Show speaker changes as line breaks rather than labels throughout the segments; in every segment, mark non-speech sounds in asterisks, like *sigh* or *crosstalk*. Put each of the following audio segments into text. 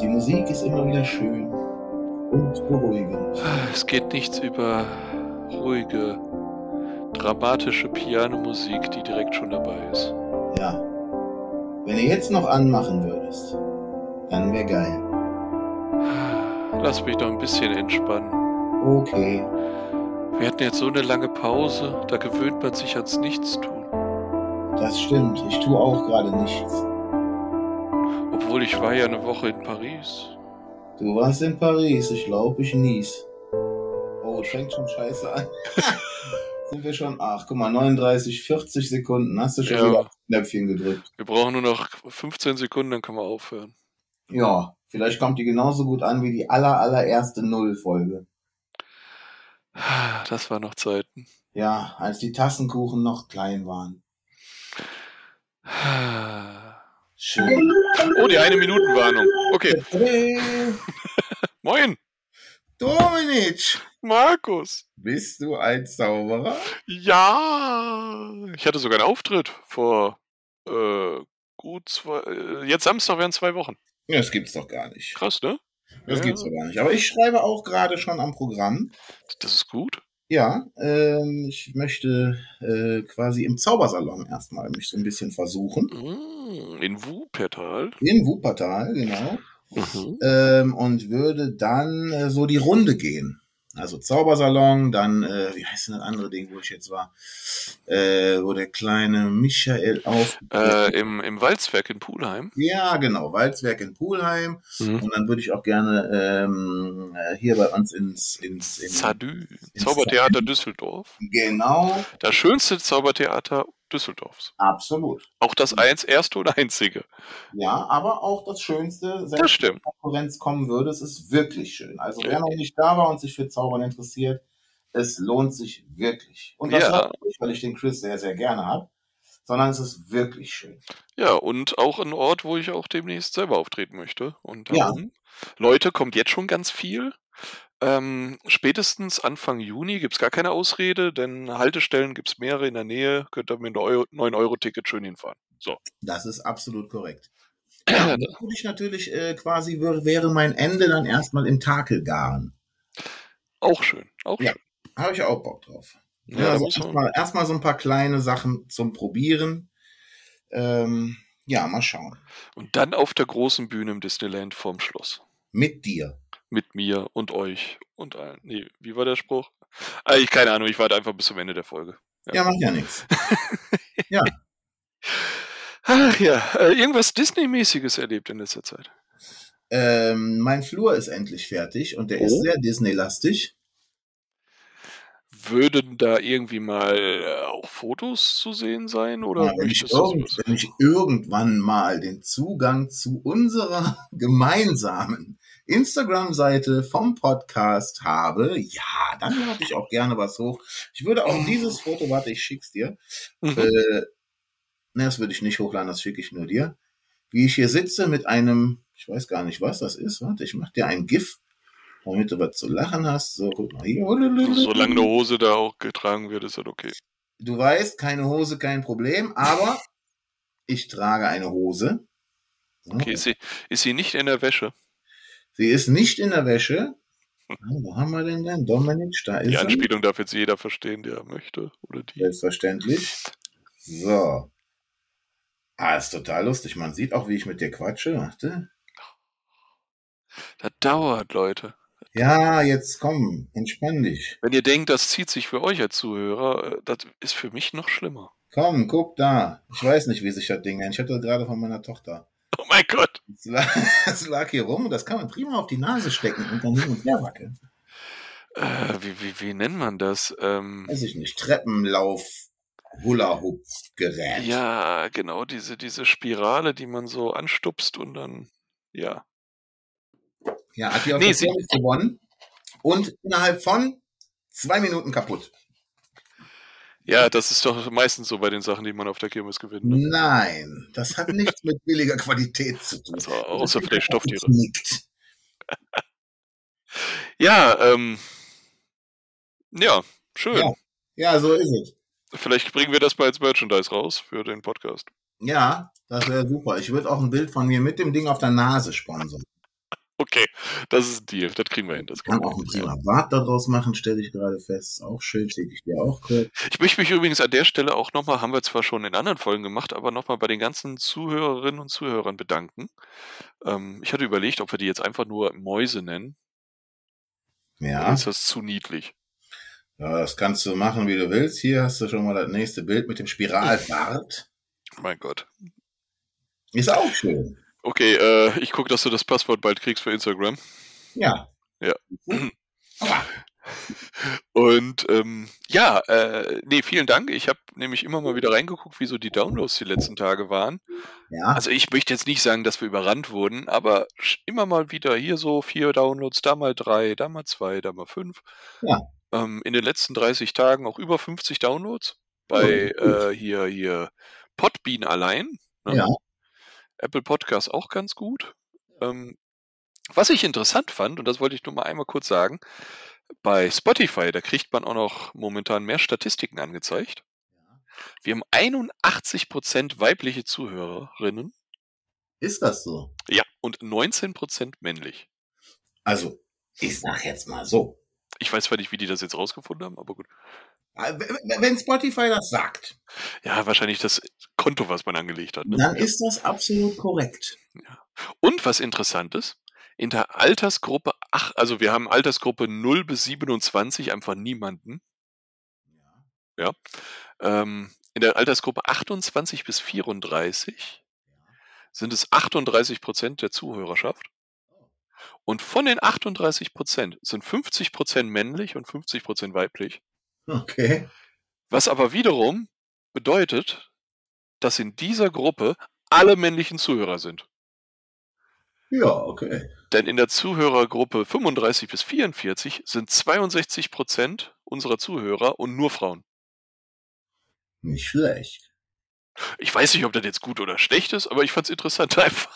Die Musik ist immer wieder schön und beruhigend.
Es geht nichts über ruhige, dramatische Pianomusik, die direkt schon dabei ist.
Ja. Wenn ihr jetzt noch anmachen würdest, dann wäre geil.
Lass mich doch ein bisschen entspannen.
Okay.
Wir hatten jetzt so eine lange Pause, da gewöhnt man sich ans Nichtstun.
Das stimmt. Ich tue auch gerade nichts.
Obwohl ich war ja eine Woche in Paris.
Du warst in Paris. Ich glaube, ich nies. Oh, es fängt schon scheiße an. Sind wir schon? Ach, guck mal, 39, 40 Sekunden. Hast du schon
Ja.
wieder auf das Knöpfchen gedrückt?
Wir brauchen nur noch 15 Sekunden, dann können wir aufhören.
Ja. Vielleicht kommt die genauso gut an wie die aller, allererste Null-Folge.
Das waren noch Zeiten.
Ja, als die Tassenkuchen noch klein waren. Schön.
Oh, die eine Minutenwarnung. Okay. Moin,
Dominic,
Markus.
bist du ein Zauberer?
Ja. Ich hatte sogar einen Auftritt vor äh, gut zwei. Äh, jetzt Samstag wären zwei Wochen.
Ja, Das gibt's doch gar nicht.
Krass, ne?
Das
Ja.
gibt's doch gar nicht. Aber ich schreibe auch gerade schon am Programm.
Das ist gut.
Ja, ähm, ich möchte äh, quasi im Zaubersalon erstmal mich so ein bisschen versuchen.
Mm, In Wuppertal.
In Wuppertal, genau. Ähm, und würde dann äh, so die Runde gehen. Also Zaubersalon, dann, äh, wie heißt denn das andere Ding, wo ich jetzt war? Äh, wo der kleine Michael auf.
Äh, im, Im Walzwerk in Pulheim.
Ja, genau, Walzwerk in Pulheim.
Mhm.
Und dann würde ich auch gerne ähm, äh, hier bei uns ins. ins, ins
Zadü.
in
Zaubertheater Düsseldorf.
genau,
Das schönste Zaubertheater Düsseldorfs.
absolut.
Auch
Mhm.
das eins, erste und einzige.
Ja, aber auch das Schönste,
Das
selbst
stimmt.
wenn Konkurrenz kommen würde, es ist wirklich schön. Also wer noch nicht da war und sich für Zaubern interessiert, es lohnt sich wirklich. Und das
Ja.
sage ich nicht, weil ich den Chris sehr, sehr gerne habe, sondern es ist wirklich schön.
Ja, und auch ein Ort, wo ich auch demnächst selber auftreten möchte. Und
Ja.
darum, Leute, kommt jetzt schon ganz viel. Ähm, spätestens Anfang Juni gibt es gar keine Ausrede, denn Haltestellen gibt es mehrere in der Nähe. Könnt ihr mit einem 9-Euro-Ticket schön hinfahren.
Das ist absolut korrekt. Ja, und dann würde ich natürlich äh, quasi, wär- wäre mein Ende dann erstmal im Takelgaren.
Auch schön, auch
Ja.
schön.
Habe ich auch Bock drauf.
Ja,
Ja,
da
also
muss man-
erstmal erst mal so ein paar kleine Sachen zum Probieren. Ähm, ja, mal schauen.
Und dann auf der großen Bühne im Disneyland vorm Schloss.
Mit dir.
Mit mir und euch und allen. Nee, wie war der Spruch? Ah, ich, keine Ahnung, ich warte einfach bis zum Ende der Folge.
Ja, macht ja nichts.
Ach ja, äh, irgendwas Disney-mäßiges erlebt in letzter Zeit.
Ähm, mein Flur ist endlich fertig und der
Oh.
ist sehr Disney-lastig.
Würden da irgendwie mal äh, auch Fotos zu sehen sein? Oder
Ja, wenn, ich
möchtest du
irgend,
sowas?
wenn ich irgendwann mal den Zugang zu unserer *laughs* gemeinsamen Instagram-Seite vom Podcast habe, ja, dann lade ich auch gerne was hoch. Ich würde auch dieses Foto, warte, ich schick's dir.
Mhm.
Äh, ne, das würde ich nicht hochladen, das schicke ich nur dir. Wie ich hier sitze mit einem, ich weiß gar nicht, was das ist. Warte, ich mache dir ein GIF, damit du was zu lachen hast. So, guck mal hier.
Solange eine Hose da auch getragen wird, ist das okay.
Du weißt, keine Hose, kein Problem, aber ich trage eine Hose. So.
okay ist, sie, ist sie nicht in der Wäsche?
Sie ist nicht in der Wäsche. Ah, Wo haben wir denn denn? Dominik, da ist
Hm. Die
er.
Anspielung darf jetzt jeder verstehen, der möchte. Oder die.
Selbstverständlich. So. Ah, ist total lustig. Man sieht auch, wie ich mit dir quatsche. Warte.
Das dauert, Leute.
Ja, jetzt komm, entspann dich.
Wenn ihr denkt, das zieht sich für euch als Zuhörer, äh, das ist für mich noch schlimmer. *laughs*
Komm, guck da. Ich weiß nicht, wie sich das Ding nennt. Ich habe das gerade von meiner Tochter.
Oh mein Gott.
Es lag, *laughs* es lag hier rum und das kann man prima auf die Nase stecken und dann hin und her wackeln.
Äh, wie, wie, wie nennt man das? Ähm,
weiß ich nicht, Treppenlauf, Hula Hoop Gerät.
ja, genau, diese, diese Spirale, die man so anstupst und dann. Ja.
ja hat die auf
Nee,
nee,
sie-
gewonnen und innerhalb von zwei Minuten kaputt.
Ja, das ist doch meistens so bei den Sachen, die man auf der Kirmes gewinnt. Ne?
Nein, das hat nichts mit billiger Qualität zu
*laughs*
tun.
Also, außer vielleicht Stofftiere.
Geknickt.
Ja, ähm. Ja, schön.
Ja. Ja, so ist es.
Vielleicht bringen wir das mal als Merchandise raus für den Podcast.
Ja, das wäre super. Ich würde auch ein Bild von mir mit dem Ding auf der Nase sponsern.
Okay, das ist ein Deal. Das kriegen wir hin. Das
Kann auch ein prima Bart daraus machen, stelle ich gerade fest. Ist Auch schön, schicke ich dir auch kurz.
Ich möchte mich übrigens an der Stelle auch nochmal, haben wir zwar schon in anderen Folgen gemacht, aber nochmal bei den ganzen Zuhörerinnen und Zuhörern bedanken. Ähm, ich hatte überlegt, ob wir die jetzt einfach nur Mäuse nennen. Ja.
Ja.
Ist das zu niedlich?
ja, das kannst du machen, wie du willst. Hier hast du schon mal das nächste Bild mit dem Spiralbart.
Mein Gott.
Ist auch schön.
Okay, äh, ich gucke, dass du das Passwort bald kriegst für Instagram.
Ja.
Ja.
Aber
Und ähm, ja, äh, nee, vielen Dank. Ich habe nämlich immer mal wieder reingeguckt, wie so die Downloads die letzten Tage waren.
ja,
Also ich möchte jetzt nicht sagen, dass wir überrannt wurden, aber sch- immer mal wieder hier so vier Downloads, da mal drei, da mal zwei, da mal fünf.
Ja.
Ähm, in den letzten 30 Tagen auch über 50 Downloads bei
Ja,
äh, hier hier Podbean allein. ne?
Ja.
Apple Podcast auch ganz gut. Ähm, was ich interessant fand, und das wollte ich nur mal einmal kurz sagen, bei Spotify, da kriegt man auch noch momentan mehr Statistiken angezeigt. Wir haben 81% weibliche Zuhörerinnen.
ist das so?
Ja, und 19% männlich.
Also, ich sag jetzt mal so.
Ich weiß zwar nicht, wie die das jetzt rausgefunden haben, aber gut.
Äh, Wenn Spotify das sagt,
Ja, wahrscheinlich das Konto, was man angelegt hat. Ne?
dann
Ja.
ist das absolut korrekt.
Und was interessant ist, in der Altersgruppe, ach, also wir haben Altersgruppe 0 bis 27 einfach niemanden. Ähm, in der Altersgruppe 28 bis 34 sind es 38 Prozent der Zuhörerschaft. Und von den 38 Prozent sind 50 Prozent männlich und 50 Prozent weiblich.
Okay.
Was aber wiederum bedeutet, dass in dieser Gruppe alle männlichen Zuhörer sind.
Ja, okay.
Denn in der Zuhörergruppe 35 bis 44 sind 62 Prozent unserer Zuhörer und nur Frauen.
Nicht schlecht.
Ich weiß nicht, ob das jetzt gut oder schlecht ist, aber ich fand es interessant *laughs* einfach.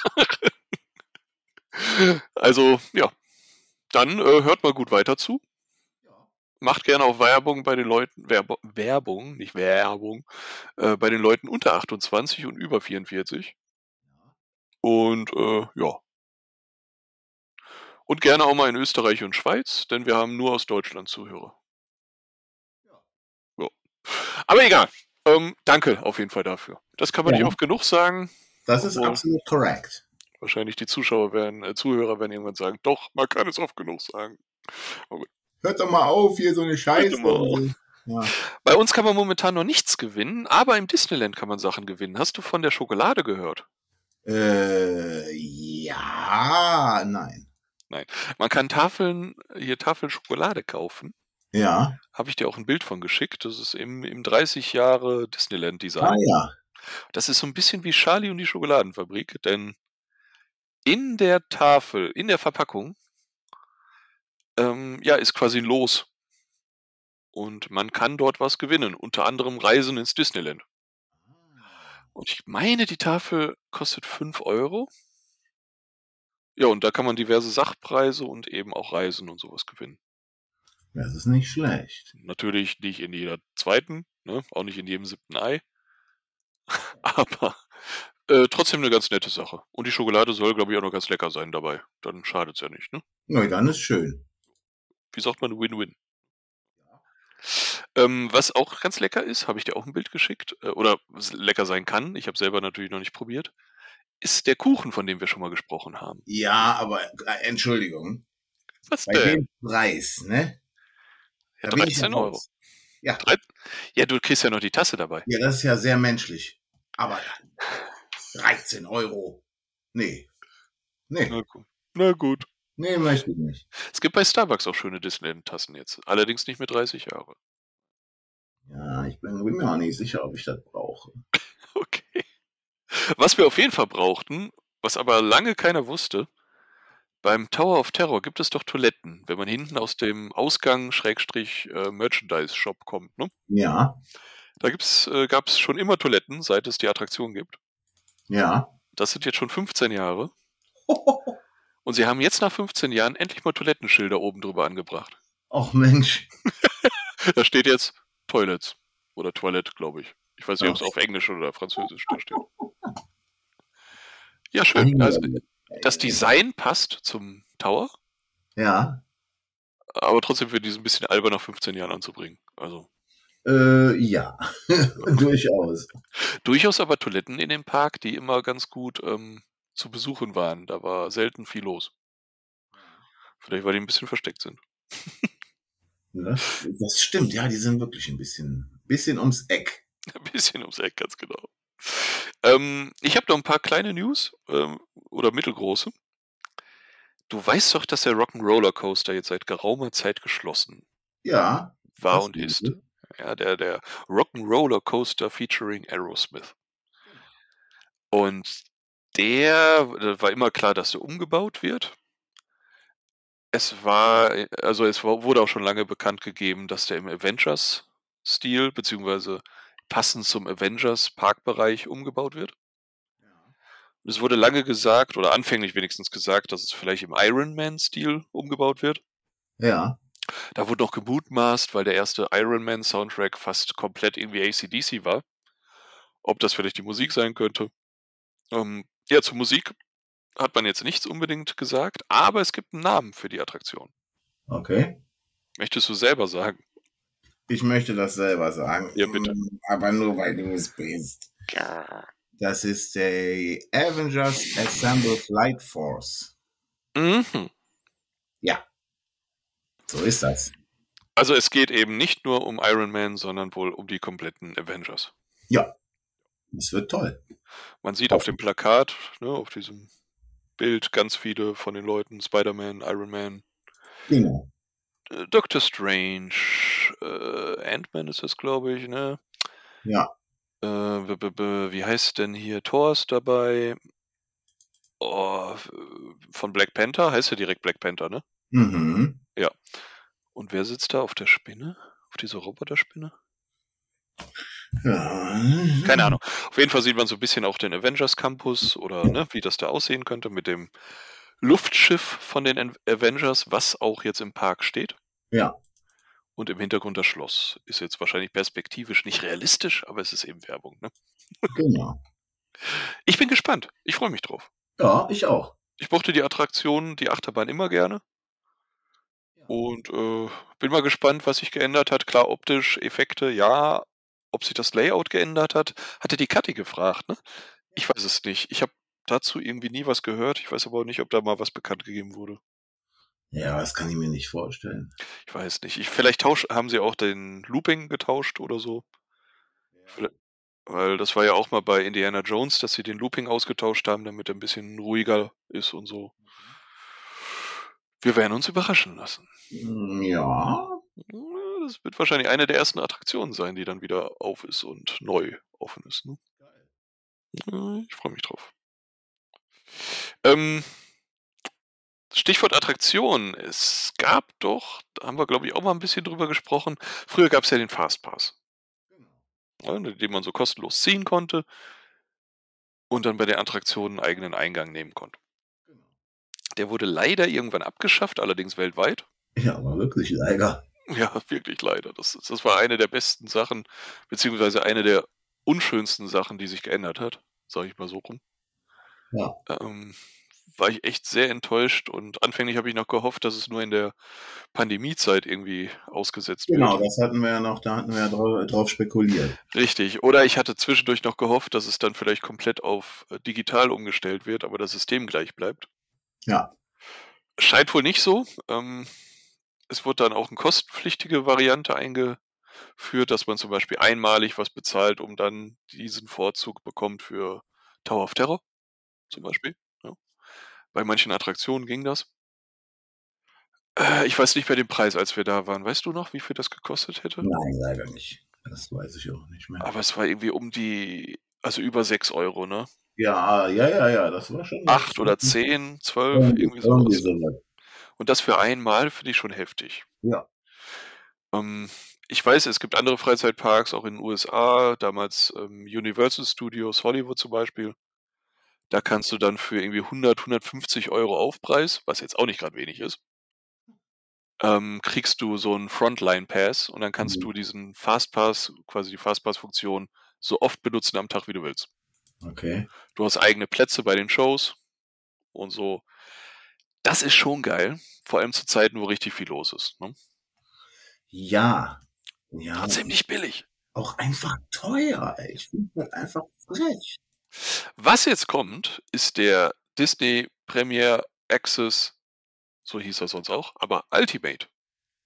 also, ja. Dann äh, hört mal gut weiter zu. Macht gerne auch Werbung bei den Leuten, Werb Werbung, nicht Werbung, äh, bei den Leuten unter 28 und über 44. Und äh, ja. Und gerne auch mal in Österreich und Schweiz, denn wir haben nur aus Deutschland Zuhörer. Ja. Aber egal. Ähm, danke auf jeden Fall dafür. Das kann man
Ja.
nicht oft genug sagen.
Das ist
Obwohl-
absolut korrekt.
Wahrscheinlich die Zuschauer werden, äh, Zuhörer werden irgendwann sagen, doch, man kann es oft genug sagen.
Hört doch mal auf, hier so eine Scheiße.
Hört doch mal auf.
Ja.
Bei uns kann man momentan noch nichts gewinnen, aber im Disneyland kann man Sachen gewinnen. Hast du von der Schokolade gehört?
Äh, ja, nein.
Man kann Tafeln, hier Tafeln Schokolade kaufen.
Ja.
Habe ich dir auch ein Bild von geschickt. Das ist im, im 30 Jahre Disneyland Design.
Ah ja.
Das ist so ein bisschen wie Charlie und die Schokoladenfabrik, denn in der Tafel, in der Verpackung, ähm, ja, ist quasi ein los. Und man kann dort was gewinnen, unter anderem Reisen ins Disneyland. Und ich meine, die Tafel kostet 5 Euro. Ja, und da kann man diverse Sachpreise und eben auch Reisen und sowas gewinnen.
Das ist nicht schlecht.
Natürlich nicht in jeder zweiten, ne? auch nicht in jedem siebten Ei. *laughs* Aber äh, trotzdem eine ganz nette Sache. Und die Schokolade soll, glaube ich, auch noch ganz lecker sein dabei. Dann schadet's ja nicht. Ne?
Ja, dann ist schön.
Wie sagt man, Win-Win. Ähm, was auch ganz lecker ist, habe ich dir auch ein Bild geschickt. Äh, oder was lecker sein kann, ich habe selber natürlich noch nicht probiert, ist der Kuchen, von dem wir schon mal gesprochen haben.
Ja, aber äh, Entschuldigung.
Was
Bei
denn?
dem Preis, ne?
Äh. Ja,
Da bin ich
13
raus.
Euro.
Ja.
Drei- Ja, du kriegst ja noch die Tasse dabei.
Ja, das ist ja sehr menschlich. Aber 13 Euro. Nee. Nee,
Na gut. Na gut.
nee, möchte ich nicht.
Es gibt bei Starbucks auch schöne Disneyland-Tassen jetzt. Allerdings nicht mehr 30 Jahre.
Ja, ich bin, bin mir auch nicht sicher, ob ich das brauche.
*laughs* Okay. Was wir auf jeden Fall brauchten, was aber lange keiner wusste, beim Tower of Terror gibt es doch Toiletten, wenn man hinten aus dem Ausgang Schrägstrich äh, Merchandise Shop kommt. Ne?
Ja,
Da gibt's, äh, gab es schon immer Toiletten, seit es die Attraktion gibt.
ja. *laughs*
Das sind jetzt schon 15 Jahre. Und sie haben jetzt nach 15 Jahren endlich mal Toilettenschilder oben drüber angebracht. *laughs*
Och Mensch.
Da steht jetzt Toilets oder Toilette, glaube ich. Ich weiß nicht,
Ja.
ob es auf Englisch oder Französisch da steht. Ja, schön. Also, das Design passt zum Tower,
Ja.
aber trotzdem wird die so ein bisschen albern nach 15 Jahren anzubringen. Also
Äh, ja, *laughs* durchaus.
durchaus aber Toiletten in dem Park, die immer ganz gut ähm, zu besuchen waren. Da war selten viel los. Vielleicht, weil die ein bisschen versteckt sind. *laughs*
Ne? Das stimmt, ja, die sind wirklich ein bisschen, bisschen ums Eck.
Ein bisschen ums Eck, ganz genau. Ähm, ich habe noch ein paar kleine News ähm, oder mittelgroße. Du weißt doch, dass der Rock'n'Roller Coaster jetzt seit geraumer Zeit geschlossen
Ja.
war
das
und ist. Ja, der, der Rock'n'Roller Coaster featuring Aerosmith. Und der, da war immer klar, dass der umgebaut wird. Es war, also es war, wurde auch schon lange bekannt gegeben, dass der im Avengers-Stil, beziehungsweise passend zum Avengers-Parkbereich umgebaut wird. Und es wurde lange gesagt, oder anfänglich wenigstens gesagt, dass es vielleicht im Iron Man-Stil umgebaut wird.
Ja.
Da wurde noch gemutmaßt, weil der erste Iron Man Soundtrack fast komplett irgendwie ACDC war. Ob das vielleicht die Musik sein könnte. Ähm, ja, zur Musik hat man jetzt nichts unbedingt gesagt, aber es gibt einen Namen für die Attraktion.
Okay.
Möchtest du selber sagen?
Ich möchte das selber sagen. Mm,
Ja, bitte.
Aber nur, weil du es bist. Das ist der Avengers Assemble Flight Force.
Mhm.
So ist das.
Also es geht eben nicht nur um Iron Man, sondern wohl um die kompletten Avengers.
Das wird toll.
Man sieht auf dem Plakat, ne, auf diesem Bild ganz viele von den Leuten, Spider-Man, Iron Man,
Genau.
äh, Doctor Strange, äh, Ant-Man ist das, glaube ich, ne?
Ja.
Äh, b -b -b wie heißt denn hier? Thor ist dabei. Oh, f- von Black Panther heißt ja direkt Black Panther, ne?
Mhm.
Und wer sitzt da auf der Spinne? Auf dieser Roboterspinne?
Ja.
Keine Ahnung. Auf jeden Fall sieht man so ein bisschen auch den Avengers Campus oder ne, wie das da aussehen könnte mit dem Luftschiff von den An- Avengers, was auch jetzt im Park steht.
Ja.
Und im Hintergrund das Schloss. Ist jetzt wahrscheinlich perspektivisch nicht realistisch, aber es ist eben Werbung. Ne?
Genau.
Ich bin gespannt. Ich freue mich drauf.
Ja, ich auch.
Ich mochte die Attraktion, die Achterbahn immer gerne. Und äh, bin mal gespannt, was sich geändert hat. Klar, optisch, Effekte, ja. Ob sich das Layout geändert hat, hatte die Kathi gefragt. Ne? Ich weiß es nicht. Ich habe dazu irgendwie nie was gehört. Ich weiß aber auch nicht, ob da mal was bekannt gegeben wurde.
Ja, das kann ich mir nicht vorstellen.
Ich weiß nicht. Ich, vielleicht tausch, haben sie auch den Looping getauscht oder so. Vielleicht- Weil das war ja auch mal bei Indiana Jones, dass sie den Looping ausgetauscht haben, damit er ein bisschen ruhiger ist und so. Wir werden uns überraschen lassen.
Mm, Ja.
Ja, Das wird wahrscheinlich eine der ersten Attraktionen sein, die dann wieder auf ist und neu offen ist. Ne? Ja, Ich freue mich drauf. Ähm, Stichwort Attraktion. Es gab doch, da haben wir glaube ich auch mal ein bisschen drüber gesprochen, früher gab es ja den Fastpass, ja, den man so kostenlos ziehen konnte und dann bei der Attraktion einen eigenen Eingang nehmen konnte. Der wurde leider irgendwann abgeschafft, allerdings weltweit.
Ja, aber wirklich leider.
Ja, *laughs* wirklich leider. Das, ist- das war eine der besten Sachen, beziehungsweise eine der unschönsten Sachen, die sich geändert hat, sage ich mal so rum.
Ja.
Ähm, war ich echt sehr enttäuscht und anfänglich habe ich noch gehofft, dass es nur in der Pandemiezeit irgendwie ausgesetzt
Genau,
wird.
das hatten wir ja noch, da hatten wir ja drauf, drauf spekuliert.
Richtig. Oder ich hatte zwischendurch noch gehofft, dass es dann vielleicht komplett auf äh, digital umgestellt wird, aber das System gleich bleibt.
Ja.
Scheint wohl nicht so. Ähm, es wurde dann auch eine kostenpflichtige Variante eingeführt, dass man zum Beispiel einmalig was bezahlt, um dann diesen Vorzug bekommt für Tower of Terror zum Beispiel. Ja. Bei manchen Attraktionen ging das. Äh, ich weiß nicht mehr den Preis, als wir da waren. Weißt du noch, wie viel das gekostet hätte?
Nein, leider nicht. Das weiß ich auch nicht mehr.
Aber es war irgendwie um die, also über 6 Euro, ne?
Ja, ja, ja, ja, das war schon.
8 oder 10, 12,
Irgendwie,
Äh,
um
irgendwie
irgendwie
sowas.
sowas.
Und das für einmal finde ich schon heftig.
Ja.
Ähm, ich weiß, es gibt andere Freizeitparks, auch in den USA, damals ähm, Universal Studios Hollywood zum Beispiel. Da kannst du dann für irgendwie 100, 150 Euro Aufpreis, was jetzt auch nicht gerade wenig ist, ähm, kriegst du so einen Frontline Pass und dann kannst
Mhm.
du diesen Fastpass, quasi die Fastpass-Funktion, so oft benutzen am Tag, wie du willst.
Okay.
Du hast eigene Plätze bei den Shows und so. Das ist schon geil, vor allem zu Zeiten, wo richtig viel los ist. Ne?
Ja. Ja.
Trotzdem nicht billig.
Auch einfach teuer. ey. Ich finde das einfach frech.
Was jetzt kommt, ist der Disney Premier Access, so hieß er sonst auch, aber Ultimate.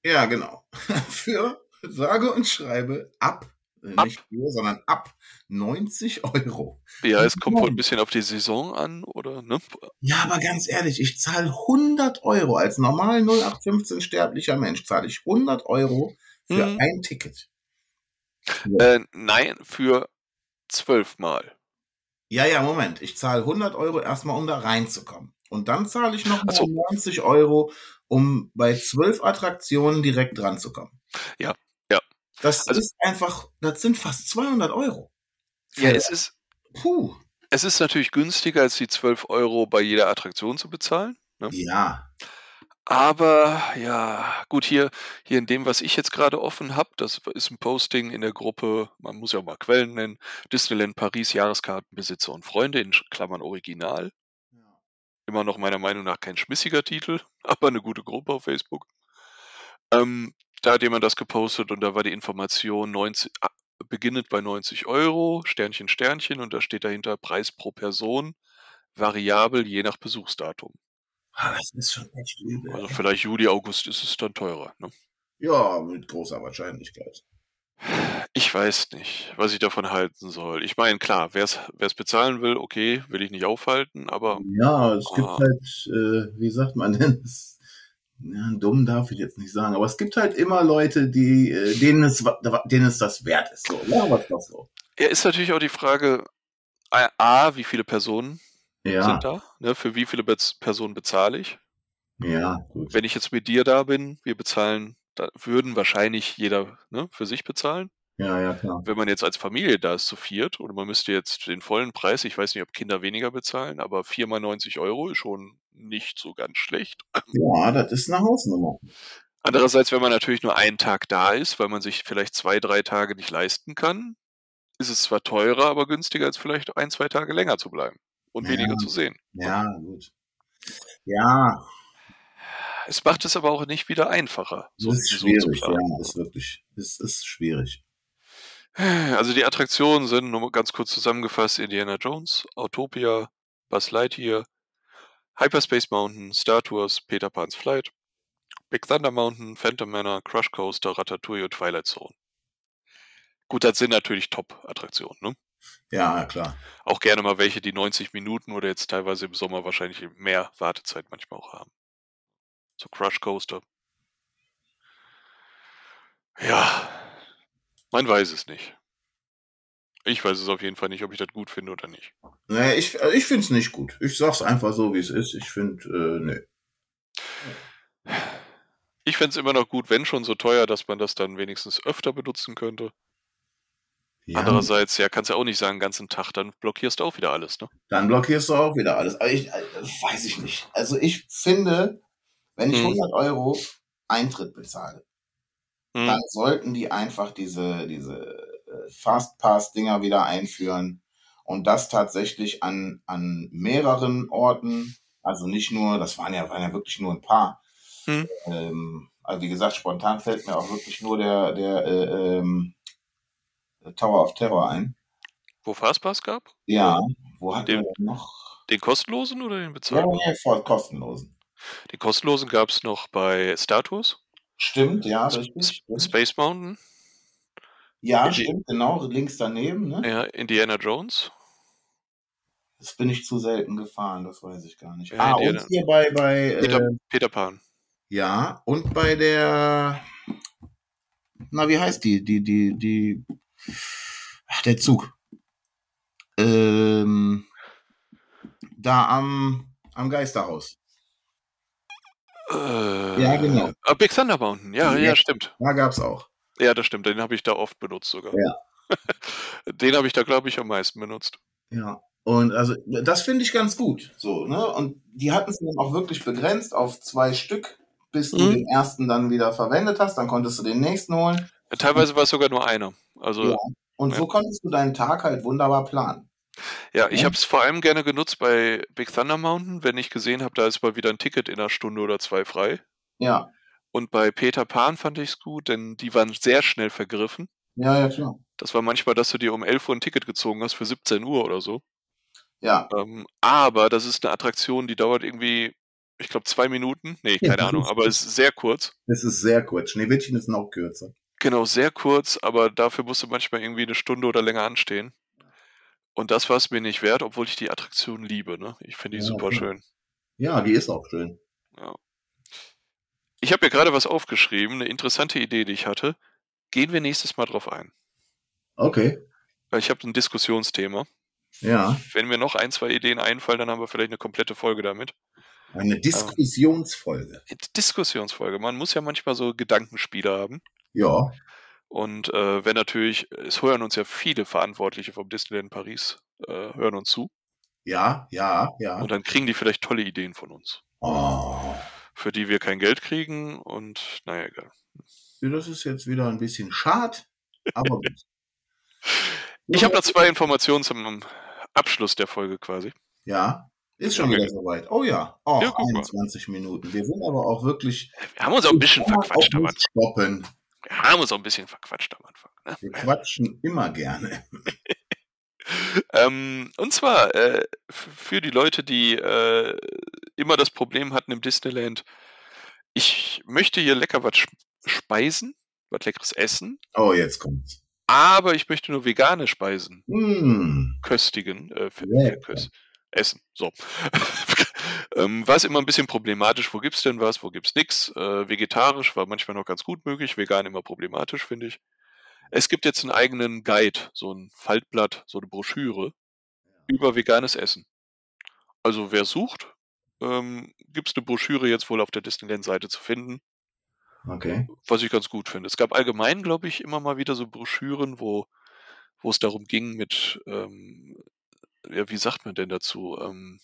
Ja, genau. *laughs* Für sage und schreibe ab, äh,
Ab.
nicht für, sondern ab 90 Euro.
Ja, es kommt wohl ein bisschen auf die Saison an, oder? Ne?
Ja, aber ganz ehrlich, ich zahle 100 Euro. Als normal 0815 sterblicher Mensch zahle ich 100 Euro für
Hm.
ein Ticket.
Äh, nein, für zwölfmal.
Ja, ja, Moment. Ich zahle 100 Euro erstmal, um da reinzukommen. Und dann zahle ich noch
Ach so.
90 Euro, um bei zwölf Attraktionen direkt ranzukommen.
Ja, ja.
Das
Also-
ist einfach, das sind fast 200 Euro. Also,
Ja, es ist,
Puh.
es ist natürlich günstiger, als die 12 Euro bei jeder Attraktion zu bezahlen.
Ja.
Aber ja, gut, hier, hier in dem, was ich jetzt gerade offen habe, das ist ein Posting in der Gruppe, man muss ja auch mal Quellen nennen, Disneyland Paris, Jahreskartenbesitzer und Freunde, in Klammern Original. immer noch meiner Meinung nach kein schmissiger Titel, *laughs* aber eine gute Gruppe auf Facebook. Ähm, da hat jemand das gepostet und da war die Information 90, ah, beginnend bei 90 Euro, Sternchen, Sternchen und da steht dahinter Preis pro Person, variabel je nach Besuchsdatum.
Ah, Das ist schon echt übel.
Also vielleicht Juli, August ist es dann teurer. Ne?
Ja, mit großer Wahrscheinlichkeit.
Ich weiß nicht, was ich davon halten soll. Ich meine, klar, wer es bezahlen will, okay, will ich nicht aufhalten, aber
Mhm. Ja, es gibt
Ah.
halt, äh, wie sagt man denn? *laughs* Es- Ja, dumm darf ich jetzt nicht sagen, aber es gibt halt immer Leute, die, äh, denen, es, wa- denen es das wert ist. So. Ja, was doch so.
ja, ist natürlich auch die Frage, A, A, wie viele Personen
Ja,
sind da. Ne? Für wie viele Bez Personen bezahle ich?
ja, gut.
Wenn ich jetzt mit dir da bin, wir bezahlen, da würden wahrscheinlich jeder ne, für sich bezahlen.
Ja, ja, klar.
Wenn man jetzt als Familie da ist, zu viert, und man müsste jetzt den vollen Preis, ich weiß nicht, ob Kinder weniger bezahlen, aber 4 mal 90 Euro ist schon nicht so ganz schlecht.
Ja, das ist eine Hausnummer.
Andererseits, wenn man natürlich nur einen Tag da ist, weil man sich vielleicht zwei, drei Tage nicht leisten kann, ist es zwar teurer, aber günstiger, als vielleicht ein, zwei Tage länger zu bleiben und
Ja.
weniger zu sehen.
Ja, gut. Ja,
Es macht es aber auch nicht wieder einfacher.
so
einen
ist
Besuch zu
schwierig. Ja,
planen.
das ist wirklich, es ist schwierig.
Also die Attraktionen sind, nur mal ganz kurz zusammengefasst, Indiana Jones, Autopia, Buzz Lightyear, Hyperspace Mountain, Star Tours, Peter Pan's Flight, Big Thunder Mountain, Phantom Manor, Crush Coaster, Ratatouille und Twilight Zone. Gut, das sind natürlich Top-Attraktionen. Ne?
Ja, ja, klar.
Auch gerne mal welche, die 90 Minuten oder jetzt teilweise im Sommer wahrscheinlich mehr Wartezeit manchmal auch haben. So Crush Coaster. Ja, man weiß es nicht. Ich weiß es auf jeden Fall nicht, ob ich das gut finde oder nicht.
Naja, ich, also ich finde es nicht gut. Ich sag's einfach so, wie es ist. Ich finde, äh, nö.
Ich fände es immer noch gut, wenn schon so teuer, dass man das dann wenigstens öfter benutzen könnte.
Ja,
Andererseits, ja, kannst ja auch nicht sagen, den ganzen Tag, dann blockierst du auch wieder alles, ne?
dann blockierst du auch wieder alles. Aber ich, äh, weiß ich nicht. Also ich finde, wenn ich
Mhm.
100 Euro Eintritt bezahle,
Hm.
dann sollten die einfach diese, diese äh, Fastpass-Dinger wieder einführen und das tatsächlich an, an mehreren Orten, also nicht nur, das waren ja, waren ja wirklich nur ein paar.
Hm.
Ähm, also wie gesagt, spontan fällt mir auch wirklich nur der, der äh, ähm, Tower of Terror ein.
Wo Fastpass gab?
Ja, wo hatten
Dem-
wir denn noch?
Den kostenlosen oder den
Ja,
bezahlbaren?
ja, vor kostenlosen.
Den kostenlosen gab es noch bei Star Tours,
Stimmt, ja,
S-
richtig. Stimmt.
Space Mountain,
Ja,
Sp-
stimmt, genau, links daneben. Ne?
ja, Indiana Jones.
Das bin ich zu selten gefahren, das weiß ich gar nicht.
Ja,
ah,
Indiana.
und hier bei, bei
Peter,
äh,
Peter Pan.
ja, und bei der, na, wie heißt die, die, die, die, ach, der Zug. Ähm, da am, am Geisterhaus.
Äh,
Ja, genau.
Ah, Big Thunder Mountain, ja, ja,
Ja.
stimmt.
Da gab's auch.
Ja, das stimmt. Den habe ich da oft benutzt sogar.
Ja.
*laughs* den habe ich da, glaube ich, am meisten benutzt.
Ja. Und also, das finde ich ganz gut. So, ne? Und die hatten es dann auch wirklich begrenzt auf zwei Stück, bis du
Mhm.
den ersten dann wieder verwendet hast. Dann konntest du den nächsten holen.
Teilweise war es sogar nur einer. Also
Ja. Und so konntest du deinen Tag halt wunderbar planen.
Ja, ich habe es vor allem gerne genutzt bei Big Thunder Mountain, wenn ich gesehen habe, da ist mal wieder ein Ticket in einer Stunde oder zwei frei.
Ja,
Und bei Peter Pan fand ich es gut, denn die waren sehr schnell vergriffen.
ja, ja, klar.
Das war manchmal, dass du dir um 11 Uhr ein Ticket gezogen hast für 17 Uhr oder so.
Ja,
Ähm, aber das ist eine Attraktion, die dauert irgendwie, ich glaube, zwei Minuten. Nee,
Ja,
keine Ahnung,
*laughs*
aber es ist sehr kurz.
das ist sehr kurz. Schneewittchen ist noch kürzer.
Genau, sehr kurz, aber dafür musst du manchmal irgendwie eine Stunde oder länger anstehen. Und das war es mir nicht wert, obwohl ich die Attraktion liebe. Ne? Ich finde die
Ja,
super
klar.
schön.
Ja, die ist auch schön.
Ich habe mir gerade was aufgeschrieben, eine interessante Idee, die ich hatte. Gehen wir nächstes Mal drauf ein.
Okay,
Weil ich habe ein Diskussionsthema.
ja.
Wenn mir noch ein, zwei Ideen einfallen, dann haben wir vielleicht eine komplette Folge damit.
Eine Diskussionsfolge.
Diskussionsfolge. Man muss ja manchmal so Gedankenspiele haben.
Ja,
Und äh, wenn natürlich, es hören uns ja viele Verantwortliche vom Disneyland Paris, äh, hören uns zu.
ja, ja, ja.
Und dann kriegen die vielleicht tolle Ideen von uns,
Oh,
für die wir kein Geld kriegen. Und naja, egal.
das ist jetzt wieder ein bisschen schad, aber gut.
Ich habe da zwei Informationen zum Abschluss der Folge quasi.
Ja, ist schon wieder soweit. Oh ja, auch
Ja, guck mal.
21 Minuten. Wir sind aber auch wirklich
Wir haben uns auch ein bisschen
Kann man
verquatscht
auch
am
nicht
Anfang.
stoppen.
Wir haben uns auch ein bisschen verquatscht am Anfang. Ne?
Wir quatschen immer gerne.
Ähm, und zwar äh, f- für die Leute, die äh, immer das Problem hatten im Disneyland, ich möchte hier lecker was sch- speisen, was leckeres essen,
Oh, jetzt kommt's.
aber ich möchte nur vegane Speisen
Hm.
köstigen, äh, ver-
Lecker.
verkös- essen. So. *laughs* ähm, war es immer ein bisschen problematisch, wo gibt's denn was, wo gibt's nix? Äh, vegetarisch war manchmal noch ganz gut möglich, vegan immer problematisch, finde ich. Es gibt jetzt einen eigenen Guide, so ein Faltblatt, so eine Broschüre über veganes Essen. Also wer sucht, ähm, gibt's eine Broschüre jetzt wohl auf der Disneyland-Seite zu finden,
Okay.
was ich ganz gut finde. Es gab allgemein, glaube ich, immer mal wieder so Broschüren, wo wo es darum ging mit, ähm, ja, wie sagt man denn dazu, ähm,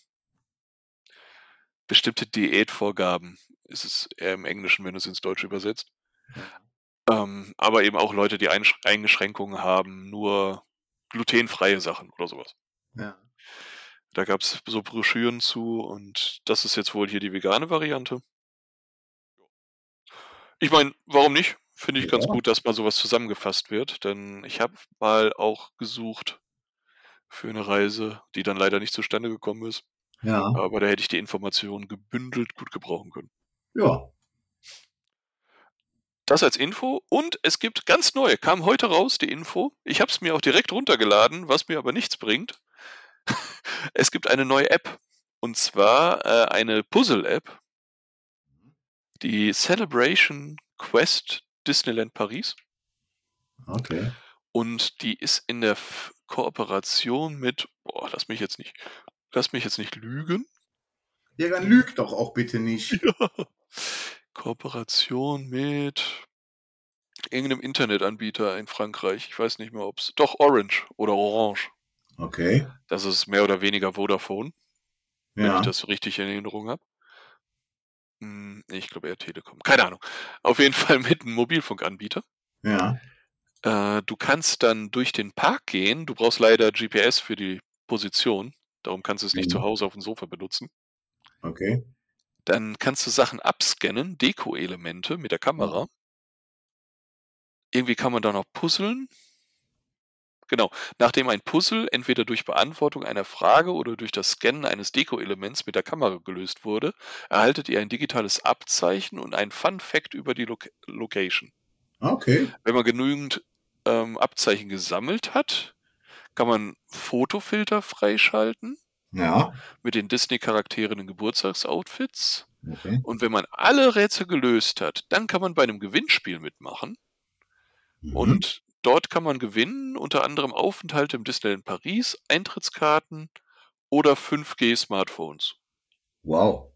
bestimmte Diätvorgaben, ist es eher im Englischen, wenn du es ins Deutsche übersetzt. Ähm, aber eben auch Leute, die Einsch Eingeschränkungen haben, nur glutenfreie Sachen oder sowas.
Ja.
Da gab es so Broschüren zu und das ist jetzt wohl hier die vegane Variante. Ich meine, warum nicht? Finde ich ganz
Ja.
gut, dass mal sowas zusammengefasst wird, denn ich habe mal auch gesucht für eine Reise, die dann leider nicht zustande gekommen ist,
Ja.
aber da hätte ich die Informationen gebündelt gut gebrauchen können.
Ja.
Das als Info und es gibt ganz neu, kam heute raus die Info. Ich habe es mir auch direkt runtergeladen, was mir aber nichts bringt. *laughs* es gibt eine neue App und zwar äh, eine Puzzle-App, die Celebration Quest Disneyland Paris
Okay.
und die ist in der F Kooperation mit, boah, lass mich jetzt nicht, lass mich jetzt nicht lügen.
Ja, dann lüg doch auch bitte nicht.
Kooperation mit irgendeinem Internetanbieter in Frankreich. Ich weiß nicht mehr, ob es. Doch, Orange oder Orange.
Okay.
Das ist mehr oder weniger Vodafone, wenn
Ja.
ich das richtig in Erinnerung habe. Hm, nee, ich glaube eher Telekom. Keine Ahnung. Auf jeden *laughs* Fall mit einem Mobilfunkanbieter.
Ja.
Äh, du kannst dann durch den Park gehen. Du brauchst leider GPS für die Position. Darum kannst du es nicht
Mhm.
zu Hause auf dem Sofa benutzen.
Okay.
Dann kannst du Sachen abscannen, Deko-Elemente mit der Kamera. Irgendwie kann man da noch puzzeln. Genau, nachdem ein Puzzle entweder durch Beantwortung einer Frage oder durch das Scannen eines Deko-Elements mit der Kamera gelöst wurde, erhaltet ihr ein digitales Abzeichen und ein Fun-Fact über die Loc Location.
Okay.
Wenn man genügend ähm, Abzeichen gesammelt hat, kann man Fotofilter freischalten
Ja.
mit den Disney-Charakteren in Geburtstagsoutfits.
Okay.
Und wenn man alle Rätsel gelöst hat, dann kann man bei einem Gewinnspiel mitmachen.
Mhm.
Und dort kann man gewinnen, unter anderem Aufenthalte im Disneyland Paris, Eintrittskarten oder 5G-Smartphones.
Wow.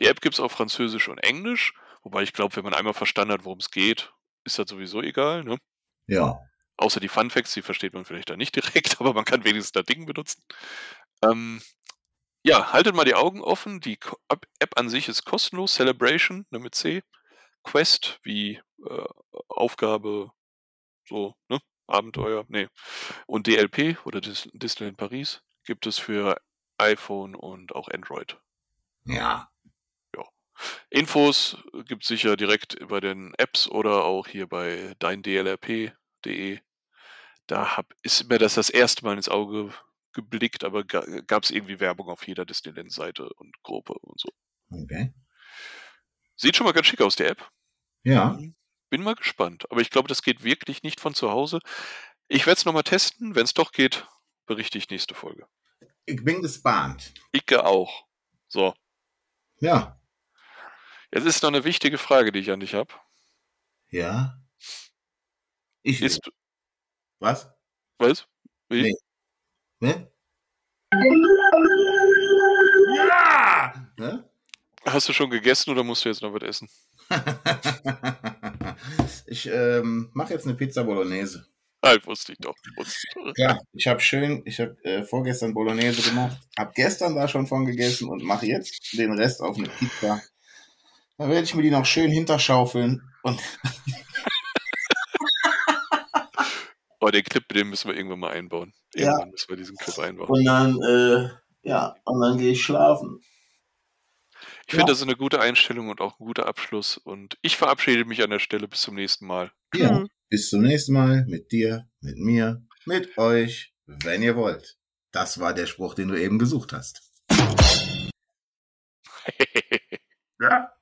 Die App gibt's auf Französisch und Englisch, wobei ich glaube, wenn man einmal verstanden hat, worum es geht, ist das sowieso egal. Ne?
Ja.
Außer die Fun Facts, die versteht man vielleicht da nicht direkt, *laughs* aber man kann wenigstens das Ding benutzen. Ähm, ja, haltet mal die Augen offen. Die Ko- App App an sich ist kostenlos. Celebration, ne, mit C. Quest wie äh, Aufgabe, so, ne? Abenteuer, nee. Und DLP oder Dis Disneyland Paris gibt es für iPhone und auch Android.
Ja.
Infos gibt es sicher direkt über den Apps oder auch hier bei deindlrp.de. E. Da hab, ist mir das das erste Mal ins Auge geblickt, aber gab es irgendwie Werbung auf jeder Disneyland-Seite und Gruppe und so.
Okay.
Sieht schon mal ganz schick aus, die App.
Ja.
Bin mal gespannt. Aber ich glaube, das geht wirklich nicht von zu Hause. Ich werde es nochmal testen. Wenn es doch geht, berichte ich nächste Folge.
Ich bin gespannt.
Icke auch. So,
Ja.
jetzt ist noch eine wichtige Frage, die ich an dich habe.
Ja. Ich.
Ist,
was?
was?
Ne? Ja! Ne? *laughs*
Hast du schon gegessen oder musst du jetzt noch was essen?
ich ähm, mache jetzt eine Pizza Bolognese.
Ah, wusste ich doch. Wusste ich doch.
Ja, ich habe schön, ich habe äh, vorgestern Bolognese gemacht, habe gestern da schon von gegessen und mache jetzt den Rest auf eine Pizza. Dann werde ich mir die noch schön hinterschaufeln und
Oh, den Clip, den müssen wir irgendwann mal einbauen.
Ja.
Irgendwann müssen wir diesen Clip einbauen.
und dann äh, ja und dann gehe ich schlafen.
Ich finde, das ist eine gute Einstellung und auch ein guter Abschluss. Und ich verabschiede mich an der Stelle. Bis zum nächsten Mal. *laughs*
Ja, bis zum nächsten Mal mit dir, mit mir, mit euch, wenn ihr wollt. Das war der Spruch, den du eben gesucht hast. Ja.